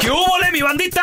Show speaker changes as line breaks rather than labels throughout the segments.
¡Qué húbole, mi bandita!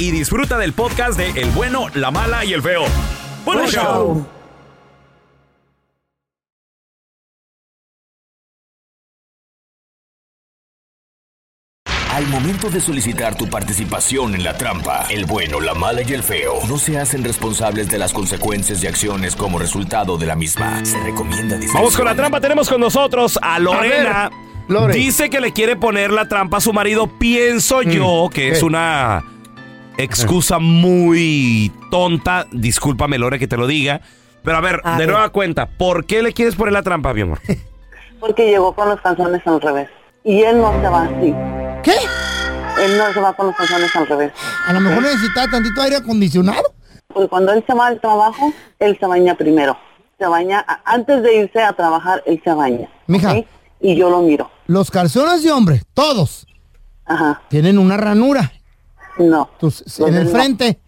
y disfruta del podcast de El bueno, la mala y el feo. ¡Buen show!
Al momento de solicitar tu participación en la trampa, el bueno, la mala y el feo no se hacen responsables de las consecuencias y acciones como resultado de la misma. Se recomienda discreción.
Vamos con la trampa, tenemos con nosotros a Lorena.
ver, Lore.
Dice que le quiere poner la trampa a su marido. Pienso
Mm.
yo que es
¿qué?
una excusa muy tonta. Discúlpame, Lore, que te lo diga. Pero a ver,
A
de
ver.
nueva cuenta, ¿por qué le quieres poner la trampa, mi amor?
Porque llegó con los calzones al revés. Y él no se va así.
¿Qué?
Él no se va con los calzones al revés.
A lo mejor necesitaba tantito aire acondicionado.
Porque Pues cuando él se va al trabajo, él se baña primero. Se baña, a- antes de irse a trabajar, él se baña.
Mija.
¿ok? Y yo lo miro.
Los calzones de hombre, todos,
Ajá.
tienen una ranura
No.
tus-
Los
en el
del-
frente.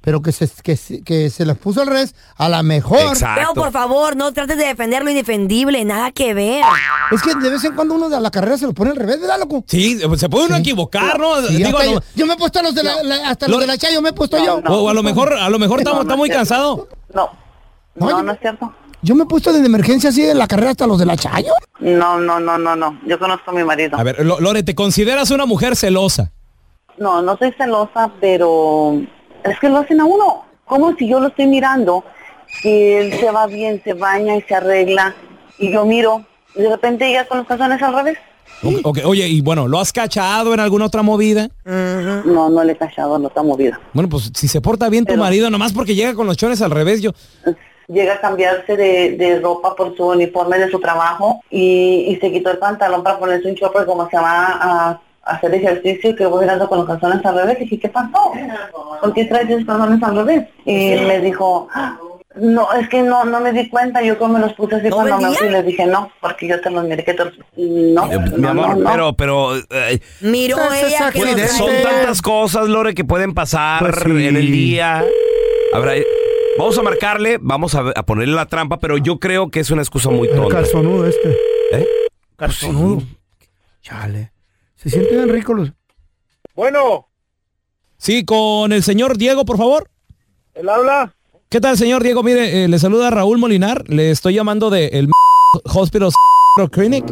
Pero que se, que, se- que se las puso al revés, a la mejor.
Pero por favor, no trates de defender lo indefendible, nada que ver.
Es que de vez en cuando uno de la carrera se lo pone al revés, ¿verdad, loco?
Sí, pues, se puede uno equivocar, ¿no?
Sí,
Digo,
hasta
a lo-
yo, yo me he puesto a los de la, la- hasta los
Lo-
de la Chayo, me he puesto yo.
No.
o a lo mejor, a lo mejor estamos,
No, no
está muy
es cierto.
cansados.
No.
No, yo-
No, no es cierto.
Yo me he puesto desde emergencia así de la carrera hasta los de la Chayo.
No, no, no, no, no. Yo conozco a mi marido.
A ver, Lo- Lore, ¿te consideras una mujer celosa?
No, no soy celosa, pero es que lo hacen a uno. Como si yo lo estoy mirando, y él se va bien, se baña y se arregla, y yo miro, y de repente llega con los calzones al revés.
O- ok, Oye, y bueno, ¿lo has cachado en alguna otra movida?
No, no le he cachado, no está movida.
Bueno, pues si se porta bien tu
Pero-
marido, nomás porque llega con los chones al revés, yo...
Llega a cambiarse de, de ropa por su uniforme de su trabajo y, y se quitó el pantalón para ponerse un chopper como se va a, a hacer ejercicio y que voy mirando con los calzones al revés. Y dije, ¿qué pasó? ¿Por qué traes los calzones al revés? Y me dijo, "Ah, no, es que no, no me di cuenta, yo como me los puse así
¿No
cuando me
vendía?
fui. Y les dije, no, porque yo te los miré que te los... No,
Eh, Mi
no,
amor,
no, no.
pero, pero... eh,
Miró
Ese
ella que
saco
los
de-
son
Este-
traía.
tantas cosas, Lore, que pueden pasar
Pues sí.
en el día. A ver, eh, vamos a marcarle, vamos a, a ponerle la trampa, pero yo creo que es una excusa muy tonta.
calzonudo este.
¿Eh?
Calzonudo.
Pues
Chale. Se sienten bien ricos los...
Bueno,
Sí, con el señor Diego, por favor.
él habla.
¿Qué tal, señor Diego? Mire, eh, le saluda Raúl Molinar. Le estoy llamando de el Hospital Clinic.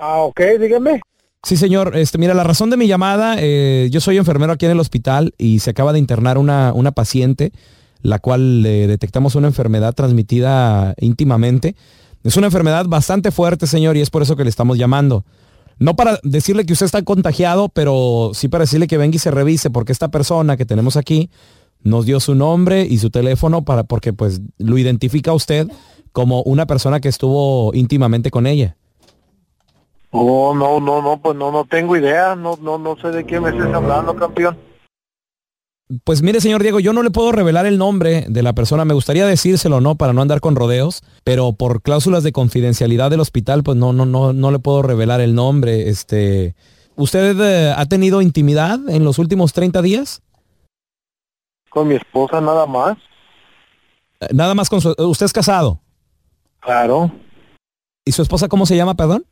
Ah, ok, dígame.
Sí, señor. Este, mira, la razón de mi llamada, eh, yo soy enfermero aquí en el hospital y se acaba de internar una, una paciente, la cual le detectamos una enfermedad transmitida íntimamente. Es una enfermedad bastante fuerte, señor, y es por eso que le estamos llamando.
No para decirle que usted está contagiado, pero sí para decirle que venga y se revise, porque esta persona que tenemos aquí nos dio su nombre y su teléfono para, porque pues lo identifica a usted como una persona que estuvo íntimamente con ella.
Oh, no, no, no, pues no, no tengo idea, no, no, no sé de qué me estés hablando, campeón.
Pues mire, señor Diego, yo no le puedo revelar el nombre de la persona. Me gustaría decírselo, ¿no? Para no andar con rodeos, pero por cláusulas de confidencialidad del hospital, pues no, no, no, no le puedo revelar el nombre. Este, ¿usted eh, ha tenido intimidad en los últimos 30 días?
Con mi esposa nada más,
Eh, Nada más con su, eh, usted es casado.
Claro.
¿Y su esposa cómo se llama, perdón?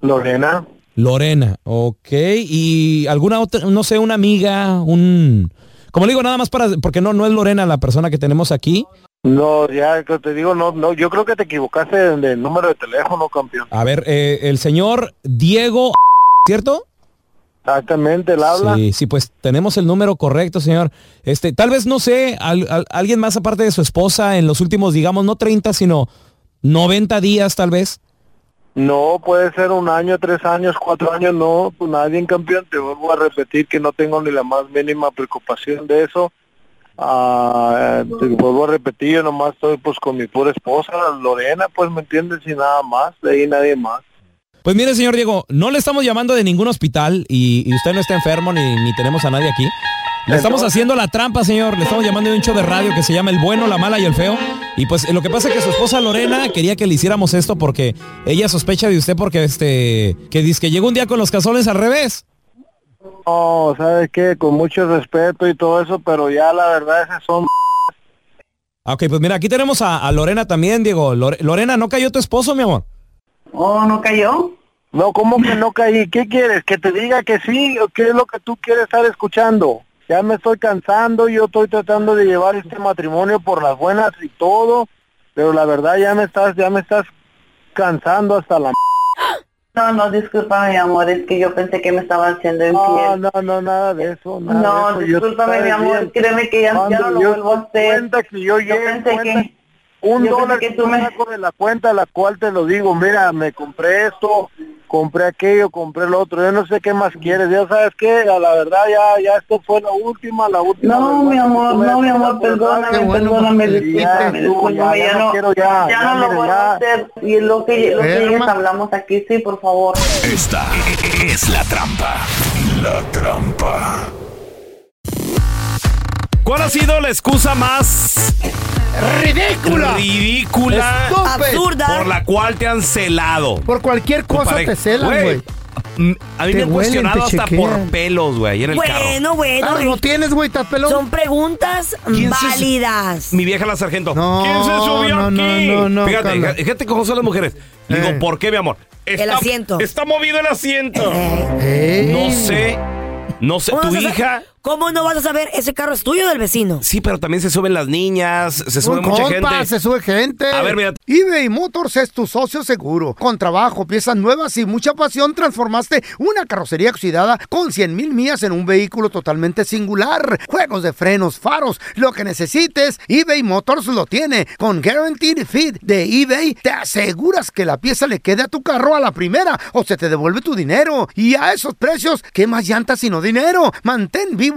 Lorena.
Lorena, ok. ¿Y alguna otra, no sé, una amiga, un... Como le digo, nada más para, porque no, no es Lorena la persona que tenemos aquí.
No, ya que te digo, no, no, yo creo que te equivocaste del del número de teléfono, campeón.
A ver, eh, el señor Diego, ¿cierto?
Exactamente, él habla.
Sí, sí, pues tenemos el número correcto, señor. Este, tal vez, no sé, al- al- alguien más aparte de su esposa en los últimos, digamos, no 30, sino 90 días, tal vez.
No, puede ser un año, tres años, cuatro años, no, pues nadie campeón, te vuelvo a repetir que no tengo ni la más mínima preocupación de eso. Ah, eh, te vuelvo a repetir, yo nomás estoy pues con mi pura esposa, Lorena, pues me entiendes, y nada más, de ahí nadie más.
Pues mire, señor Diego, no le estamos llamando de ningún hospital y, y usted no está enfermo ni, ni tenemos a nadie aquí. Le estamos haciendo la trampa, señor. Le estamos llamando de un show de radio que se llama El Bueno, la Mala y el Feo. Y pues eh, lo que pasa es que su esposa Lorena quería que le hiciéramos esto porque ella sospecha de usted porque este, que dice que llegó un día con los calzones al revés.
No, sabes qué, con mucho respeto y todo eso, pero ya la verdad esas son...
Ah, Ok, pues mira, aquí tenemos a, a Lorena también, Diego. Lore- Lorena, ¿no cayó tu esposo, mi amor?
Oh, ¿no cayó? No, ¿cómo que no caí? ¿Qué quieres? ¿Que te diga que sí? ¿O qué es lo que tú quieres estar escuchando? Ya me estoy cansando, yo estoy tratando de llevar este matrimonio por las buenas y todo, pero la verdad ya me estás, ya me estás cansando hasta la...
No, no, disculpa, mi amor, es que yo pensé que me estaba haciendo
No,
infiel.
Ah, no, no, nada de eso. Nada
No,
de eso. pues, Yo
discúlpame,
estoy
mi amor,
bien.
créeme que ya- ya
Cuando
no lo
yo
vuelvo a hacer.
Cuenta que
Yo
yo, llegué,
pensé
cuenta-
que-
un
yo pensé
dólar
que
que
tú
tú
me-
me saco de la cuenta, la cual te lo digo, mira, me compré esto, compré aquello, compré lo otro, yo no sé qué más quieres, ya sabes qué, la, la verdad ya, ya esto fue la última, la última.
No, mi amor, no, mi amor, perdóname, perdóname, discúlpame, discúlpame, ya no, ya Eh, no lo vuelvo a hacer. Y lo que, lo que
Verma.
llegues hablamos aquí, sí, por favor.
Esta es la trampa. La trampa.
¿Cuál ha sido la excusa más
¡Ridícula!
ridícula,
Estúpida. Absurda.
por la cual te han celado?
Por cualquier
Tu
cosa
pareja.
te celan, güey.
mm, A mí
Te
me han
huelen,
cuestionado
te
hasta
chequean.
por pelos, güey, ahí en el carro.
Bueno, bueno.
Ah, no tienes, güey, estás pelón.
Son preguntas válidas.
Mi vieja la sargento.
No,
¿Quién se subió
no,
aquí?
no, Eh. no, no,
fíjate,
Carla.
fíjate cómo son las mujeres. Le Digo, ¿por qué, mi amor?
El asiento.
Está movido el asiento.
Eh.
No sé. No sé.
¿Cómo
Tu
vas a sa-
hija.
¿Cómo no vas a saber? Ese carro es tuyo o del vecino.
Sí, pero también se suben las niñas, se sube
Un
mucha
compa,
gente.
se sube gente.
A ver, mira.
eBay Motors es tu socio seguro. Con trabajo, piezas nuevas y mucha pasión, transformaste una carrocería oxidada con 100 mil millas en un vehículo totalmente singular. Juegos de frenos, faros, lo que necesites, eBay Motors lo tiene. Con Guaranteed Fit de eBay, te aseguras que la pieza le quede a tu carro a la primera o se te devuelve tu dinero. Y a esos precios, ¿qué más llantas sino dinero? Mantén vivo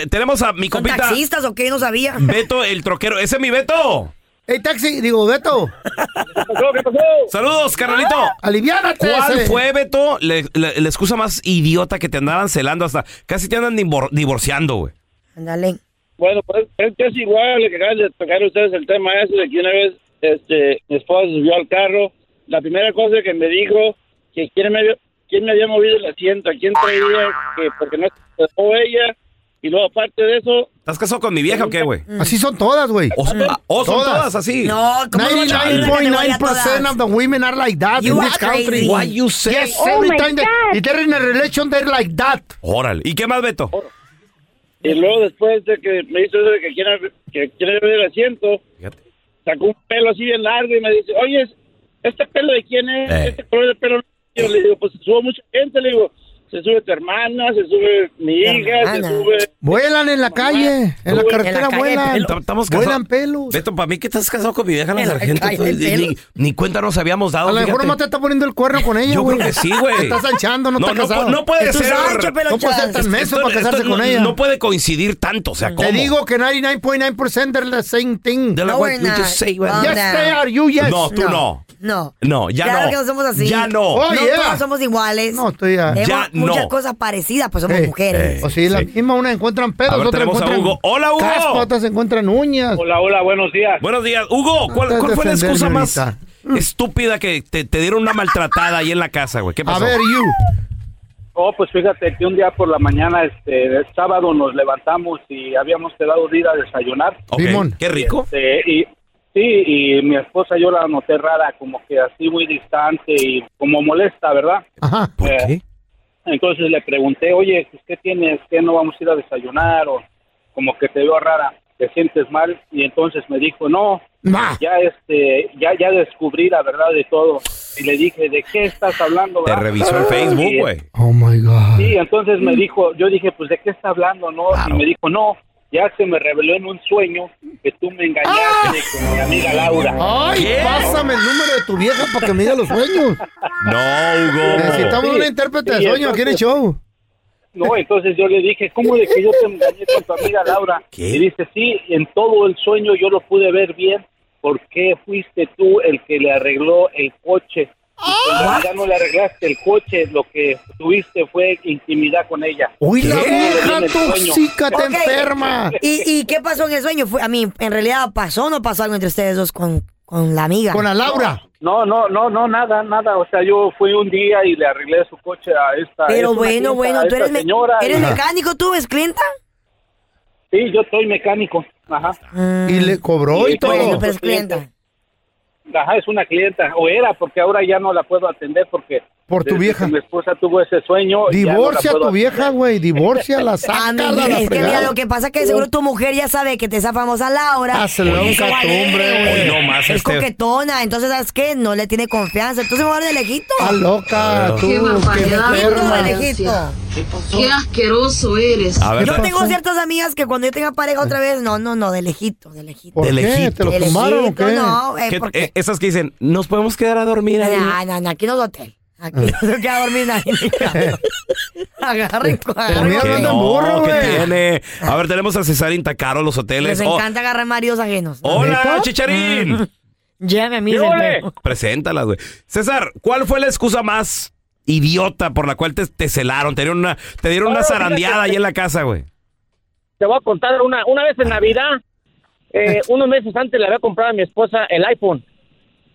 Eh, Tenemos a mi
¿Son
compita
taxistas o qué? No sabía.
Beto el troquero. Ese es mi Beto.
Hey, taxi, digo, Beto.
Saludos, carnalito.
Aliviánate.
¿Cuál
ese.
fue, Beto, le- la, la excusa más idiota que te andaban celando hasta casi te andan divor- divorciando, güey?
Ándale. Bueno, pues es que es igual que acaban de tocar ustedes el tema ese de que una vez este, mi esposa subió al carro. La primera cosa que me dijo que quién me, había- quién me había movido el asiento, a quién traía, que porque no se dejó ella. Y luego, aparte de eso...
¿Estás casado con mi vieja o qué, güey?
Así son todas, güey.
Mm. O son- o son todas así. No, ¿cómo no?
99.9% of the women are like that
You
in
are
this country.
crazy. Why you say-
Yes,
Oh
every
my
time they,
God.
if they're in a relation, they're like that.
Órale. ¿Y qué más, Beto?
Y luego después de que me hizo eso de que quiera, que quiere ver el asiento, sacó un pelo así bien largo y me dice, oye, ¿este pelo de quién es?
Eh.
¿Este color de pelo? no es mío". le digo, pues se sube mucha gente, le digo, se sube tu hermana, se sube mi hija, se sube...
Vuelan en la calle, en la
Vuelan en
carretera
la calle,
vuelan.
pelo.
Estamos casados.
Vuelan pelos.
Beto, para mí que estás casado con mi vieja la
En la
sargento.
calle,
pues,
pelo.
ni, ni cuenta nos habíamos dado.
A lo mejor
fíjate.
no te está poniendo el cuerno con ella,
Yo
güey.
creo que sí, güey.
Te estás anchando, no, te
no,
estás casado.
pu- no puede
Tú
ser.
sancho, pero No puede ser tan
Esto-
menso
esto-
para casarse
esto
con
no-
ella.
No puede coincidir tanto, o sea, ¿cómo?
Te digo que 99.9% they're the same thing.
They're like No, what we're you just not. say, güey.
Yes,
Calm
they
down.
are. You, yes.
No, tú no.
No.
No, ya
claro
no.
que no somos así.
Ya no. Oh,
no
yeah.
todos somos iguales. No,
estoy ya.
Ya
Muchas
no.
cosas parecidas, pues somos
Eh,
mujeres.
eh, o sí, la misma, una encuentran
A
pedos,
ver,
otra
tenemos a
encuentran...
Hugo. Hola, Hugo.
Caspa, otras encuentran uñas.
Hola, hola, buenos días.
Buenos días. Hugo, ¿cuál,
Antes
cuál
de
fue la
ofenderme
excusa más
ahorita.
estúpida que te, te dieron una maltratada ahí en la casa, güey? ¿Qué
A
pasó?
ver,
you.
Oh, pues fíjate que un día por la mañana, este, el sábado nos levantamos y habíamos quedado de ir a desayunar.
Ok, Qué rico.
Este, y, sí, y mi esposa yo la noté rara, como que así muy distante y como molesta, ¿verdad?
Ajá.
Eh, Entonces le pregunté, oye, pues, ¿qué tienes? ¿Qué no vamos a ir a desayunar? O como que te veo rara, ¿te sientes mal? Y entonces me dijo, no, ya este, ya, ya descubrí la verdad de todo. Y le dije, ¿de qué estás hablando?
Te
verdad?"
revisó el
Y-
Facebook, güey.
Oh, my God.
Sí, entonces me dijo, yo dije, pues, ¿de qué está hablando, no? Y me dijo, no, ya se me reveló en un sueño que tú me engañaste
Ah.
con mi amiga Laura.
Ay, pásame el número de tu vieja para que me diga los sueños.
No, Hugo.
Necesitamos
Sí,
una intérprete
sí,
de sueños aquí en el
entonces-
show.
No, entonces yo le dije, ¿cómo de que yo te engañé con tu amiga Laura? Y dice, sí, en todo el sueño yo lo pude ver bien, porque fuiste tú el que le arregló el coche. Y cuando ya no le arreglaste el coche, lo que tuviste fue intimidad con ella.
Uy, la
Yo lo vi en
vieja
el sueño.
tóxica te
Ok.
enferma.
¿Y, y qué pasó en el sueño? Fue, a mí, en realidad, ¿pasó o no pasó algo entre ustedes dos con, con la amiga?
Con la Laura.
No, no, no, no, nada, nada. O sea, yo fui un día y le arreglé su coche a esta. es
Pero
una clienta,
bueno, bueno,
a
tú
esta
eres, me-
señora.
¿eres
Ajá.
mecánico, tú es clienta.
Sí, yo soy mecánico. Ajá.
Y le cobró y todo.
pero es clienta.
Ajá, es una clienta. O era, porque ahora ya no la puedo atender porque.
Por tu
desde
vieja.
que Mi esposa tuvo ese sueño.
pues,
ya no la
Divorcia a
puedo
tu vieja, güey. Divorcia, la
Ah,
saca,
mira,
la
es que mira,
fregada.
lo que pasa es que seguro tu mujer ya sabe que te esa famosa Laura.
Ah, se le da
Y
un
eso vale,
catumbre,
güey.
güey. Hoy no más,
es
este-
coquetona, entonces ¿sabes qué? No le tiene confianza, entonces mejor de lejito.
Ah, loca, tú,
Qué
qué
barbaridad.
enferma.
De lejito.
Qué asqueroso eres.
A ver,
yo
¿qué
tengo
pasó?
ciertas amigas que cuando yo tenga pareja otra vez, no, no, no, de lejito, de lejito.
de lejito.
De lejito, No, eh,
¿Qué-
porque-
eh, esas que dicen, nos podemos quedar a dormir ahí.
Ah, No, no, no, aquí no es hotel. Aquí no se queda a dormir nadie. Agarren, agarren.
¿Qué?
agarren.
No,
burro,
¿qué
güey.
tiene? A ver, tenemos a Cesarín Tacaro, los hoteles.
Les
Oh,
encanta agarrar maridos ajenos.
hola, Chicharín.
Llévame a mí.
Preséntalas, güey. César, ¿cuál fue la excusa más idiota por la cual te, te celaron? Te dieron una, te dieron una
No,
zarandeada
fíjate.
ahí en la casa, güey.
Te voy a contar una, una vez en Navidad, eh, unos meses antes le había comprado a mi esposa el iPhone.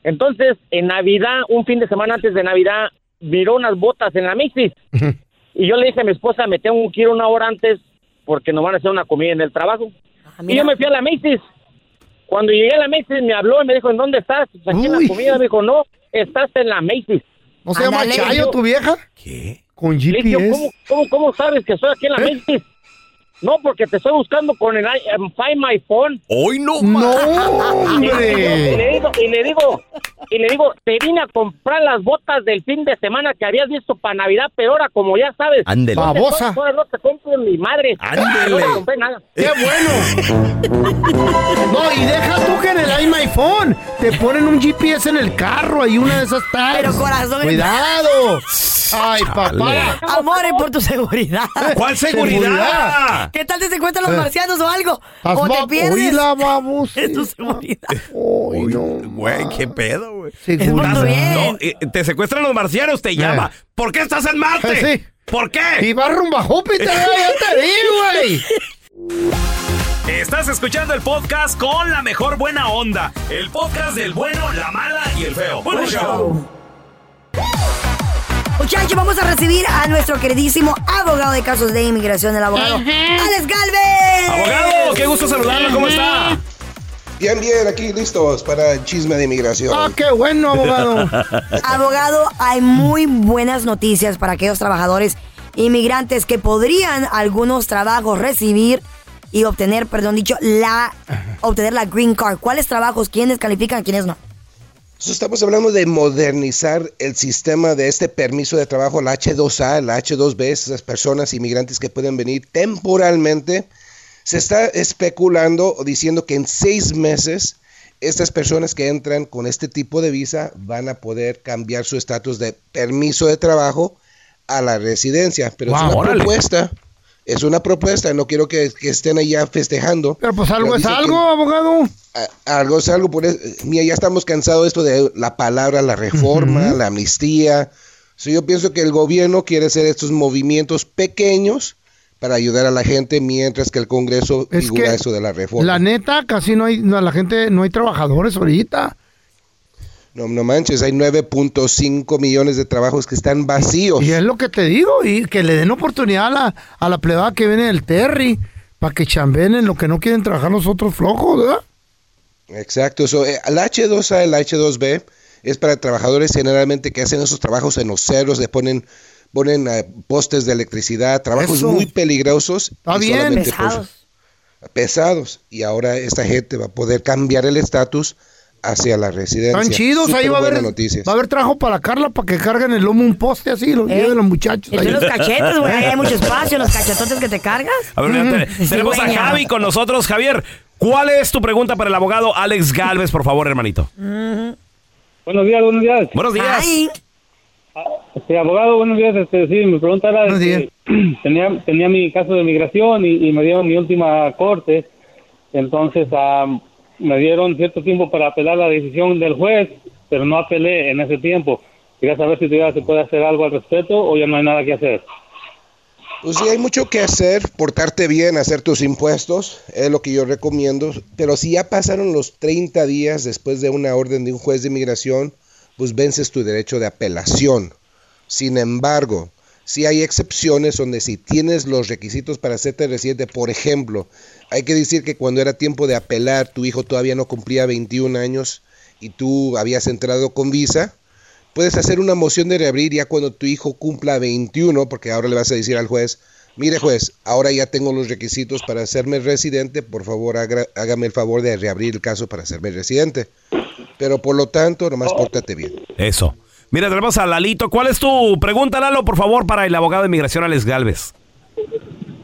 Entonces, en Navidad, un fin de semana antes de Navidad, miró unas botas en la Mixis. Y yo le dije a mi esposa, me tengo que ir una hora antes porque nos van a hacer una comida en el trabajo.
Ah,
y yo me fui a la Macy's. Cuando llegué a la Macy's me habló y me dijo, ¿en dónde estás? Pues aquí en la comida. Me dijo, no, estás en la Macy's.
¿No se llama Chayo tu vieja? ¿Qué? Con
Le dije,
GPS.
¿cómo, cómo, cómo sabes que estoy
¿Eh?
aquí en la Macy's? No, porque te estoy buscando con el i- em, Find My Phone.
¡Hoy no!
Y le, digo, y le digo, y le digo, te vine a comprar las botas del fin de semana que habías visto para Navidad, pero ahora, como ya sabes,
Ándele.
no te-
Babosa.
ahora no te compro mi madre.
Ándele.
No te compré nada.
¡Qué bueno! No, y deja tú que en el iMyPhone te ponen un GPS en el carro, hay una de esas tags.
Pero, corazón,
¡Cuidado! ¡Ay, papá!
Amores por tu seguridad.
¿Cuál seguridad? Seguridad.
¿Qué tal si te encuentran los
Eh.
marcianos o algo?
Estás
O te
ba-
pierdes.
oíla, babos.
Es tu seguridad.
Uy, no.
Güey, qué pedo, güey.
Seguridad.
Estás- no, eh, te secuestran los marcianos, te llama. ¿Por qué estás en Marte?
Eh, sí.
¿Por qué?
Y va rumbo a Júpiter, ya te vi, güey.
Estás escuchando el podcast con la mejor buena onda. El podcast del bueno, la mala y el feo. Bueno, show.
Muchachos, vamos a recibir a nuestro queridísimo abogado de casos de inmigración, el abogado Alex Galvez.
Abogado, qué gusto saludarlo. ¿Cómo está?
Bien, bien, aquí listos para el chisme de inmigración.
Ah, qué bueno, abogado.
Abogado, hay muy buenas noticias para aquellos trabajadores inmigrantes que podrían algunos trabajos recibir y obtener, perdón dicho, la obtener la green card. ¿Cuáles trabajos? ¿Quiénes califican? ¿Quiénes no?
Entonces, estamos hablando de modernizar el sistema de este permiso de trabajo, la H2A, la H2B, esas personas inmigrantes que pueden venir temporalmente. Se está especulando o diciendo que en seis meses estas personas que entran con este tipo de visa van a poder cambiar su estatus de permiso de trabajo a la residencia. Pero es
Wow,
una
órale.
propuesta, es una propuesta, no quiero que, que estén allá festejando.
Pero pues algo es
dicen que-
algo, abogado.
a- algo es algo por eso. Mira, ya estamos cansados de esto de la palabra, la reforma, la amnistía. So, yo pienso que el gobierno quiere hacer estos movimientos pequeños para ayudar a la gente mientras que el Congreso
Es
figura
que
eso de la reforma.
La neta, casi no hay, no, la gente, no hay trabajadores ahorita.
No, no manches, hay 9.5 millones de trabajos que están vacíos.
Y es lo que te digo, y que le den oportunidad a la, a la plebada que viene del Terry para que chambeen en lo que no quieren trabajar los otros flojos, ¿verdad?
Exacto. So, eh, el H2A, el H2B es para trabajadores generalmente que hacen esos trabajos en los cerros, le ponen ponen eh, postes de electricidad, trabajos
Eso.
muy peligrosos.
Está
y
bien.
solamente por-
Pesados.
pesados. Y ahora esta gente va a poder cambiar el estatus hacia la residencia.
Están chidos, ahí va a haber
Superbuenas noticias.
va a haber trabajo para Carla para que carguen el lomo un poste así y lo lleven los muchachos.
Entre
ahí.
los cachetes, güey, ahí hay mucho espacio, en los cachetotes que te cargas.
A ver, mira, te-
Mm,
tenemos a
cigüeña.
Javi con nosotros. Javier, ¿cuál es tu pregunta para el abogado Alex Galvez, por favor, hermanito?
Buenos días, buenos días.
Buenos días.
Este, abogado, buenos días. Este, sí, mi pregunta era... este, tenía, tenía mi caso de migración y, y me dieron mi última corte. Entonces, ah, me dieron cierto tiempo para apelar la decisión del juez, pero no apelé en ese tiempo. Quería saber si todavía se puede hacer algo al respecto o ya no hay nada que hacer.
Pues sí, hay mucho que hacer, portarte bien, hacer tus impuestos, es lo que yo recomiendo. Pero si ya pasaron los 30 días después de una orden de un juez de inmigración, pues vences tu derecho de apelación. Sin embargo, si hay excepciones donde si tienes los requisitos para hacerte residente, por ejemplo, hay que decir que cuando era tiempo de apelar, tu hijo todavía no cumplía 21 años y tú habías entrado con visa, puedes hacer una moción de reabrir ya cuando tu hijo cumpla 21, porque ahora le vas a decir al juez, mire juez, ahora ya tengo los requisitos para hacerme residente, por favor hagra- hágame el favor de reabrir el caso para hacerme residente. Pero por lo tanto, nomás pórtate bien.
Eso. Mira, tenemos a Lalito. ¿Cuál es tu pregunta, Lalo, por favor, para el abogado de inmigración Alex Galvez?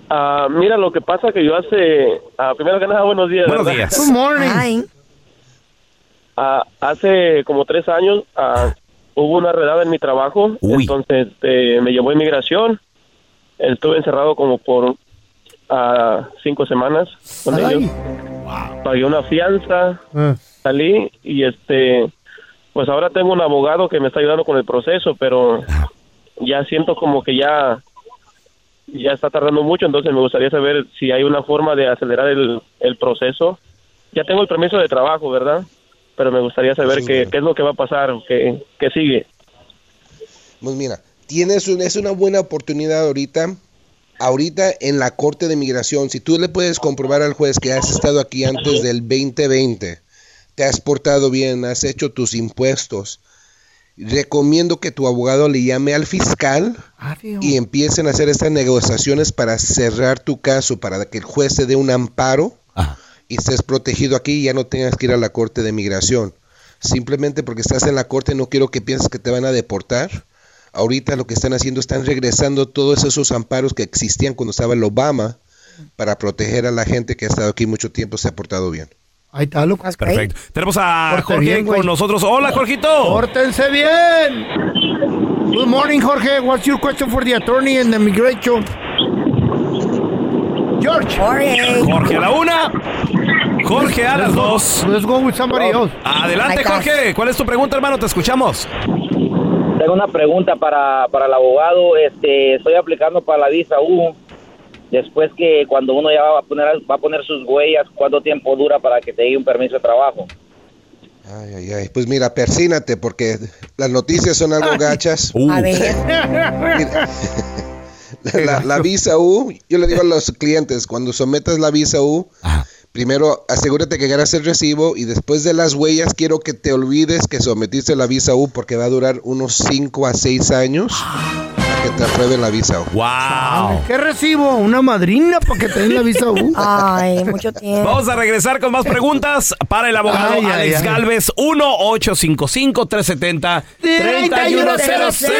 Ah, mira, lo que pasa que yo hace... ah, primero que nada, buenos días.
Buenos
¿verdad?
días.
Ah, hace como tres años ah, hubo una redada en mi trabajo. Entonces eh, me llevó a inmigración. Estuve encerrado como por ah, cinco semanas con ellos. Pagué una fianza,
Ah.
salí y este... Pues ahora tengo un abogado que me está ayudando con el proceso, pero ya siento como que ya ya está tardando mucho, entonces me gustaría saber si hay una forma de acelerar el, el proceso. Ya tengo el permiso de trabajo, ¿verdad? Pero me gustaría saber
Sí,
qué, qué es lo que va a pasar, qué, qué sigue.
Pues mira, tienes un- es una buena oportunidad ahorita. Ahorita en la Corte de Migración, si tú le puedes comprobar al juez que has estado aquí antes del 2020, te has portado bien, has hecho tus impuestos, recomiendo que tu abogado le llame al fiscal y empiecen a hacer estas negociaciones para cerrar tu caso, para que el juez te dé un amparo y estés protegido aquí y ya no tengas que ir a la Corte de Migración. Simplemente porque estás en la Corte no quiero que pienses que te van a deportar. Ahorita lo que están haciendo están regresando todos esos amparos que existían cuando estaba el Obama para proteger a la gente que ha estado aquí mucho tiempo, se ha portado bien.
Ahí está, loco.
Perfecto. Tenemos a
Corte
Jorge
bien, güey.
con nosotros. Hola, Jorgito.
¡Pórtense bien! Good morning, Jorge. What's your question for the attorney and the migration? George.
Jorge a la una. Jorge a las dos.
Let's go with somebody else.
Adelante, Jorge. ¿Cuál es tu pregunta, hermano? Te escuchamos.
Tengo una pregunta para, para el abogado. Este, estoy aplicando para la visa U
Después que cuando uno ya va a poner, va a poner sus huellas, ¿cuánto tiempo dura para que te llegue un permiso de trabajo?
Ay, ay, ay. Pues mira, persínate porque las noticias son algo gachas.
Uh.
A ver.
La, la- la visa U, yo le digo a los clientes, cuando sometas la visa U, primero asegúrate que ganas el recibo y después de las huellas quiero que te olvides que sometiste la visa U porque va a durar unos 5 a 6 años a que te aprueben la visa U.
¡Wow!
¿Qué recibo? ¿Una madrina para que te den la visa U?
Ay, mucho tiempo.
Vamos a regresar con más preguntas para el abogado
Ay, ay,
Alex
ay.
Galvez, 1-855-370.
3100.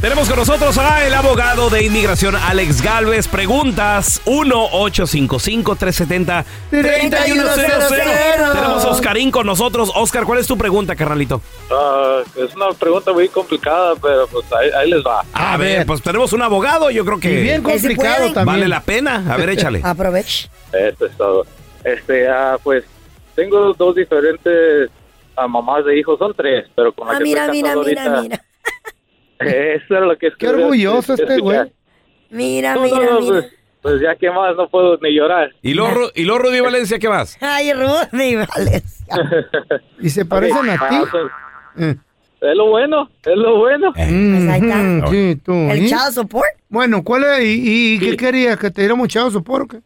Tenemos con nosotros a el abogado de inmigración Alex Galvez. Preguntas 1-855-370-3100.
3100.
Tenemos a Oscarín con nosotros. Oscar, ¿cuál es tu pregunta, carnalito?
Ah, es una pregunta muy complicada, pero pues ahí, ahí les va.
A
Eh,
ver, pues tenemos un abogado, yo creo que...
Y bien complicado
Vale Vale
también.
la pena. A ver, échale.
Aprovecha.
Eso es todo. Este, ah, pues tengo dos diferentes ah, mamás de hijos, son tres, pero con la
Ah,
que
mira,
estoy
mira,
casado
mira,
ahorita.
mira.
Eso era lo que
Qué orgulloso este güey.
Mira,
No,
mira,
no,
mira.
Pues, pues ya que más no puedo ni llorar.
¿Y lo, y lo Rudy Valencia qué más?
Ay, Rudy, vale.
¿Y se parecen a
Ah,
ti?
Es lo bueno, es lo bueno.
Eh.
Mm, sí, tú,
Pues ¿El
¿eh?
child support?
Bueno, ¿cuál es? ¿Y, y qué querías? ¿Que te diéramos chavo support o qué?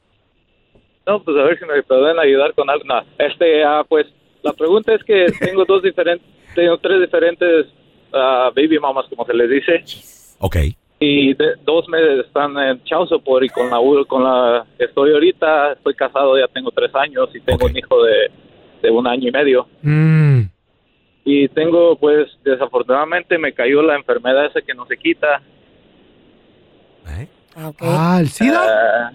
No, pues a ver si me pueden ayudar con algo. No, este, ah, pues la pregunta es que tengo dos diferentes, tengo tres diferentes ah, baby mamas, como se les dice.
Ok.
Y de- dos me están en child support y con la, u- con la que estoy ahorita, estoy casado, ya tengo tres años y tengo un hijo de, de un año y medio.
Mm.
Y tengo, pues, desafortunadamente me cayó la enfermedad esa que no se quita.
Ah, ¿el SIDA?
Ah,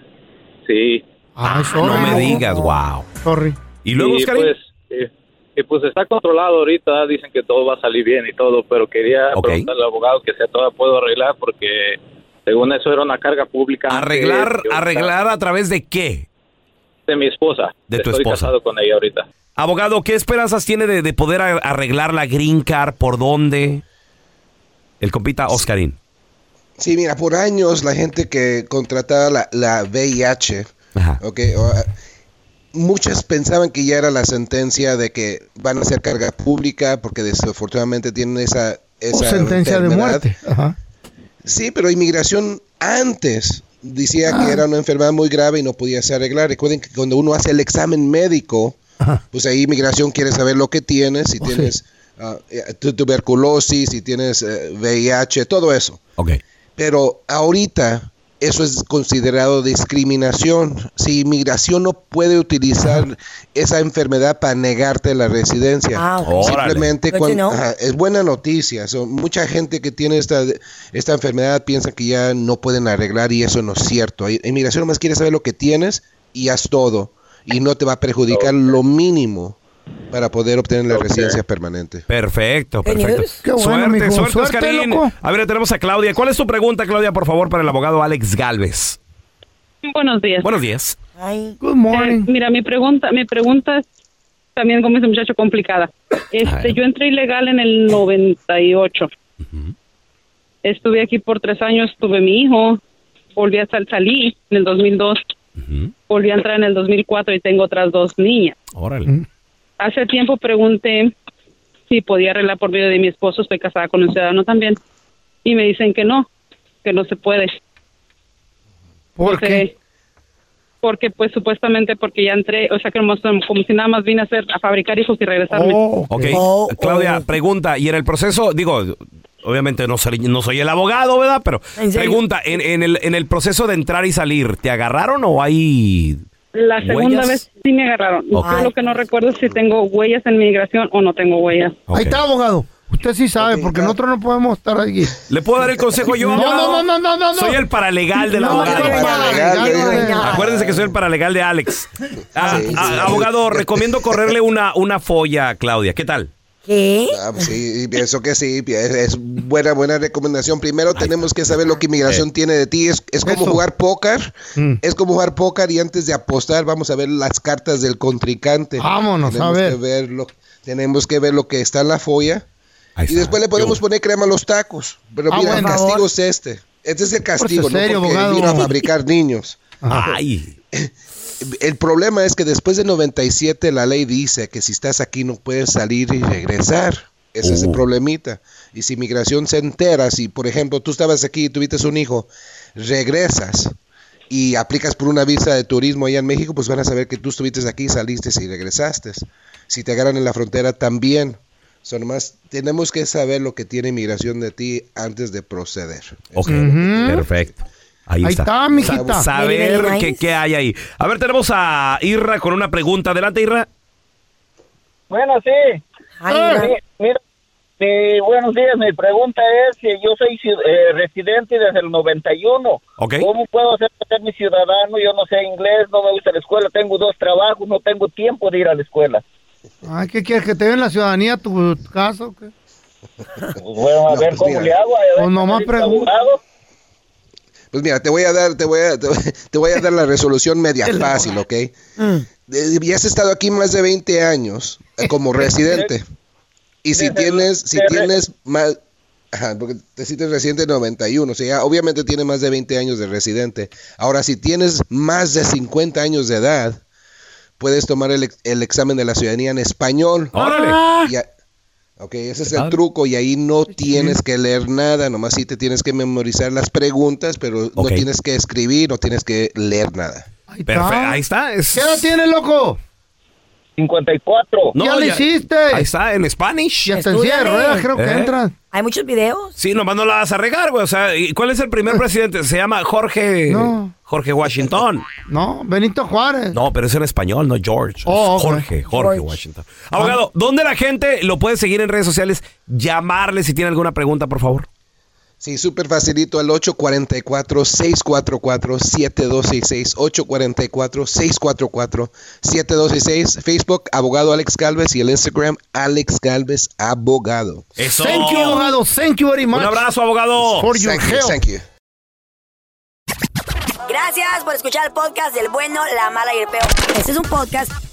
sí.
Ah, sorry.
No me digas, wow.
Sorry.
¿Y luego, Oscarín?
Pues, eh, y pues está controlado ahorita, dicen que todo va a salir bien y todo, pero quería preguntarle al abogado que sea todo puedo arreglar porque según eso era una carga pública.
Arreglar,
Que yo-
arreglar a través de qué?
De mi esposa.
De tu
Estoy
esposa.
casado con ella ahorita.
Abogado, ¿qué esperanzas tiene de, de poder a- arreglar la green card? ¿Por dónde? El compita Oscarín.
Sí, mira, por años la gente que contrataba la, la VIH, ok, o, ah, muchas pensaban que ya era la sentencia de que van a ser carga pública porque desafortunadamente tienen esa, esa
Sentencia de
enfermedad.
muerte. Ajá.
Sí, pero inmigración antes decía que era una enfermedad muy grave y no podía ser arreglada. Recuerden que cuando uno hace el examen médico, pues ahí inmigración quiere saber lo que tienes, si tienes ah, eh, tu- tuberculosis, si tienes eh, VIH, todo eso. Pero ahorita eso es considerado discriminación. Si inmigración no puede utilizar esa enfermedad para negarte la residencia.
Ah, ok. Órale.
Simplemente
Good to
cuan-
know.
ajá, es buena noticia. So, mucha gente que tiene esta, esta enfermedad piensa que ya no pueden arreglar y eso no es cierto. Ahí- Inmigración nomás quiere saber lo que tienes y haz todo. Y no te va a perjudicar lo mínimo para poder obtener la residencia permanente.
Perfecto, perfecto.
news? Qué bueno,
suerte,
mijo,
suerte,
suerte,
Oscarín.
loco.
A ver, tenemos a Claudia. ¿Cuál es tu pregunta, Claudia, por favor, para el abogado Alex Galvez?
Buenos días.
Buenos días.
Good
morning. mira, mi pregunta, mi pregunta es también como ese muchacho complicada. Este, yo entré ilegal en el 98. Estuve aquí por tres años, tuve mi hijo, volví a sal- salir en el 2002, volví a entrar en el 2004 y tengo otras dos niñas.
Mm.
Órale.
Hace tiempo pregunté si podía arreglar por medio de mi esposo, estoy casada con un ciudadano también, y me dicen que no, que no se puede.
¿Por
qué? Porque pues supuestamente porque ya entré, o sea que como, como si nada más vine a hacer, a fabricar hijos y regresarme.
Ok. Claudia, pregunta. Y en el proceso, digo, obviamente no soy, no soy el abogado, ¿verdad? Pero
¿En serio?
pregunta, en, en el, en el proceso de entrar y salir, ¿te agarraron o hay...?
La segunda
¿Huellas?
vez sí me agarraron.
Ok.
Yo lo que no recuerdo es si tengo huellas en migración o no tengo huellas.
Ahí está, abogado. Usted sí sabe, porque nosotros no podemos estar allí.
¿Le puedo dar el consejo yo?
No, no,
abogado?
no, no, no, no.
Soy el paralegal del
No, no,
abogado.
no, no, Paralegal, no, no, no, no, no.
Acuérdense que soy el paralegal de Alex. Ah, ah, abogado, recomiendo correrle una, una folla a Claudia. ¿Qué tal?
¿Qué?
Ah, pues sí, pienso que sí. pi- Es, es buena, buena recomendación. Primero tenemos que saber lo que inmigración tiene de ti. Es, es como jugar póker.
Mm.
Es como jugar póker y antes de apostar vamos a ver las cartas del contrincante.
Vámonos,
tenemos
a ver.
Que ver lo, tenemos que ver lo que está en la folla. Y después le podemos poner crema a los tacos. Pero
Ah,
mira, el
bueno.
castigo es este. Este es el castigo,
Pórtese
¿no?
serio,
Porque
abogado.
vino a fabricar niños. El problema es que después de 97 la ley dice que si estás aquí no puedes salir y regresar. Ese es el
Uh,
Oh.
problemita. Y si migración se entera, si por ejemplo tú estabas aquí y tuviste un hijo, regresas y aplicas por una visa de turismo allá en México, pues van a saber que tú estuviste aquí, saliste y regresaste. Si te agarran en la frontera también. Son más, tenemos que saber lo que tiene migración de ti antes de proceder.
Ok,
Ujú.
perfecto. Ahí,
Ahí
está.
está, mijita.
Sab-
Very,
Saber
very
que,
nice.
qué hay ahí. A ver, tenemos a Irra con una pregunta. Adelante, Irra.
Bueno, sí.
Ah,
sí, mira, mi- buenos días. Mi pregunta es si yo soy ci- eh, residente desde el 91.
Ok.
¿Cómo puedo hacer para ser mi ciudadano? Yo no sé inglés, no me gusta la escuela, tengo dos trabajos, no tengo tiempo de ir a la escuela.
Ay, ¿qué quieres? ¿Que te den la ciudadanía tu caso? o qué?
Bueno, a
No,
ver Pues,
pues
cómo
mira.
le hago. a ver,
Pues nomás
¿soy
pregunta.
abogado?
Pues mira, te voy a dar, te voy a, te, voy- te voy a dar la resolución media fácil, ¿ok? Eh, Ya has estado aquí más de 20 años eh, como residente. Y si tienes, si tienes más, ajá, porque te sientes residente de 91, o sea, ya obviamente tiene más de 20 años de residente. Ahora, si tienes más de 50 años de edad, puedes tomar el, ex- el examen de la ciudadanía en español.
¡Órale!
Y a- ok, ese es el truco y ahí no tienes que leer nada, nomás sí te tienes que memorizar las preguntas, pero no tienes que escribir, no tienes que leer nada.
Perfecto. Ahí está. Es...
Ah. ¿Qué edad tienes, loco?
54.
ya lo hiciste.
Ahí está, en Spanish.
Y hasta en silla de ruedas creo que
¿Eh?
entran.
¿Hay muchos videos?
Sí, nomás no la vas a regar, güey. O sea, ¿y ¿cuál es el primer presidente? Se llama Jorge.
No.
Jorge Washington.
No, Benito Juárez.
No, pero es en español, no George.
Oh, ok.
Jorge, Jorge
George.
Washington. Abogado, ¿dónde la gente lo puede seguir en redes sociales? Llamarle si tiene alguna pregunta, por favor.
Sí, súper facilito al 844-644-7266. 844-644-7266. Facebook, abogado Alex Galvez y el Instagram, Alex Galvez Abogado.
Eso.
Thank you, abogado. Thank you very much.
Un abrazo, abogado.
For your
Thank you,
help.
thank you.
Gracias por escuchar el podcast del bueno, la mala y el peor. Este es un podcast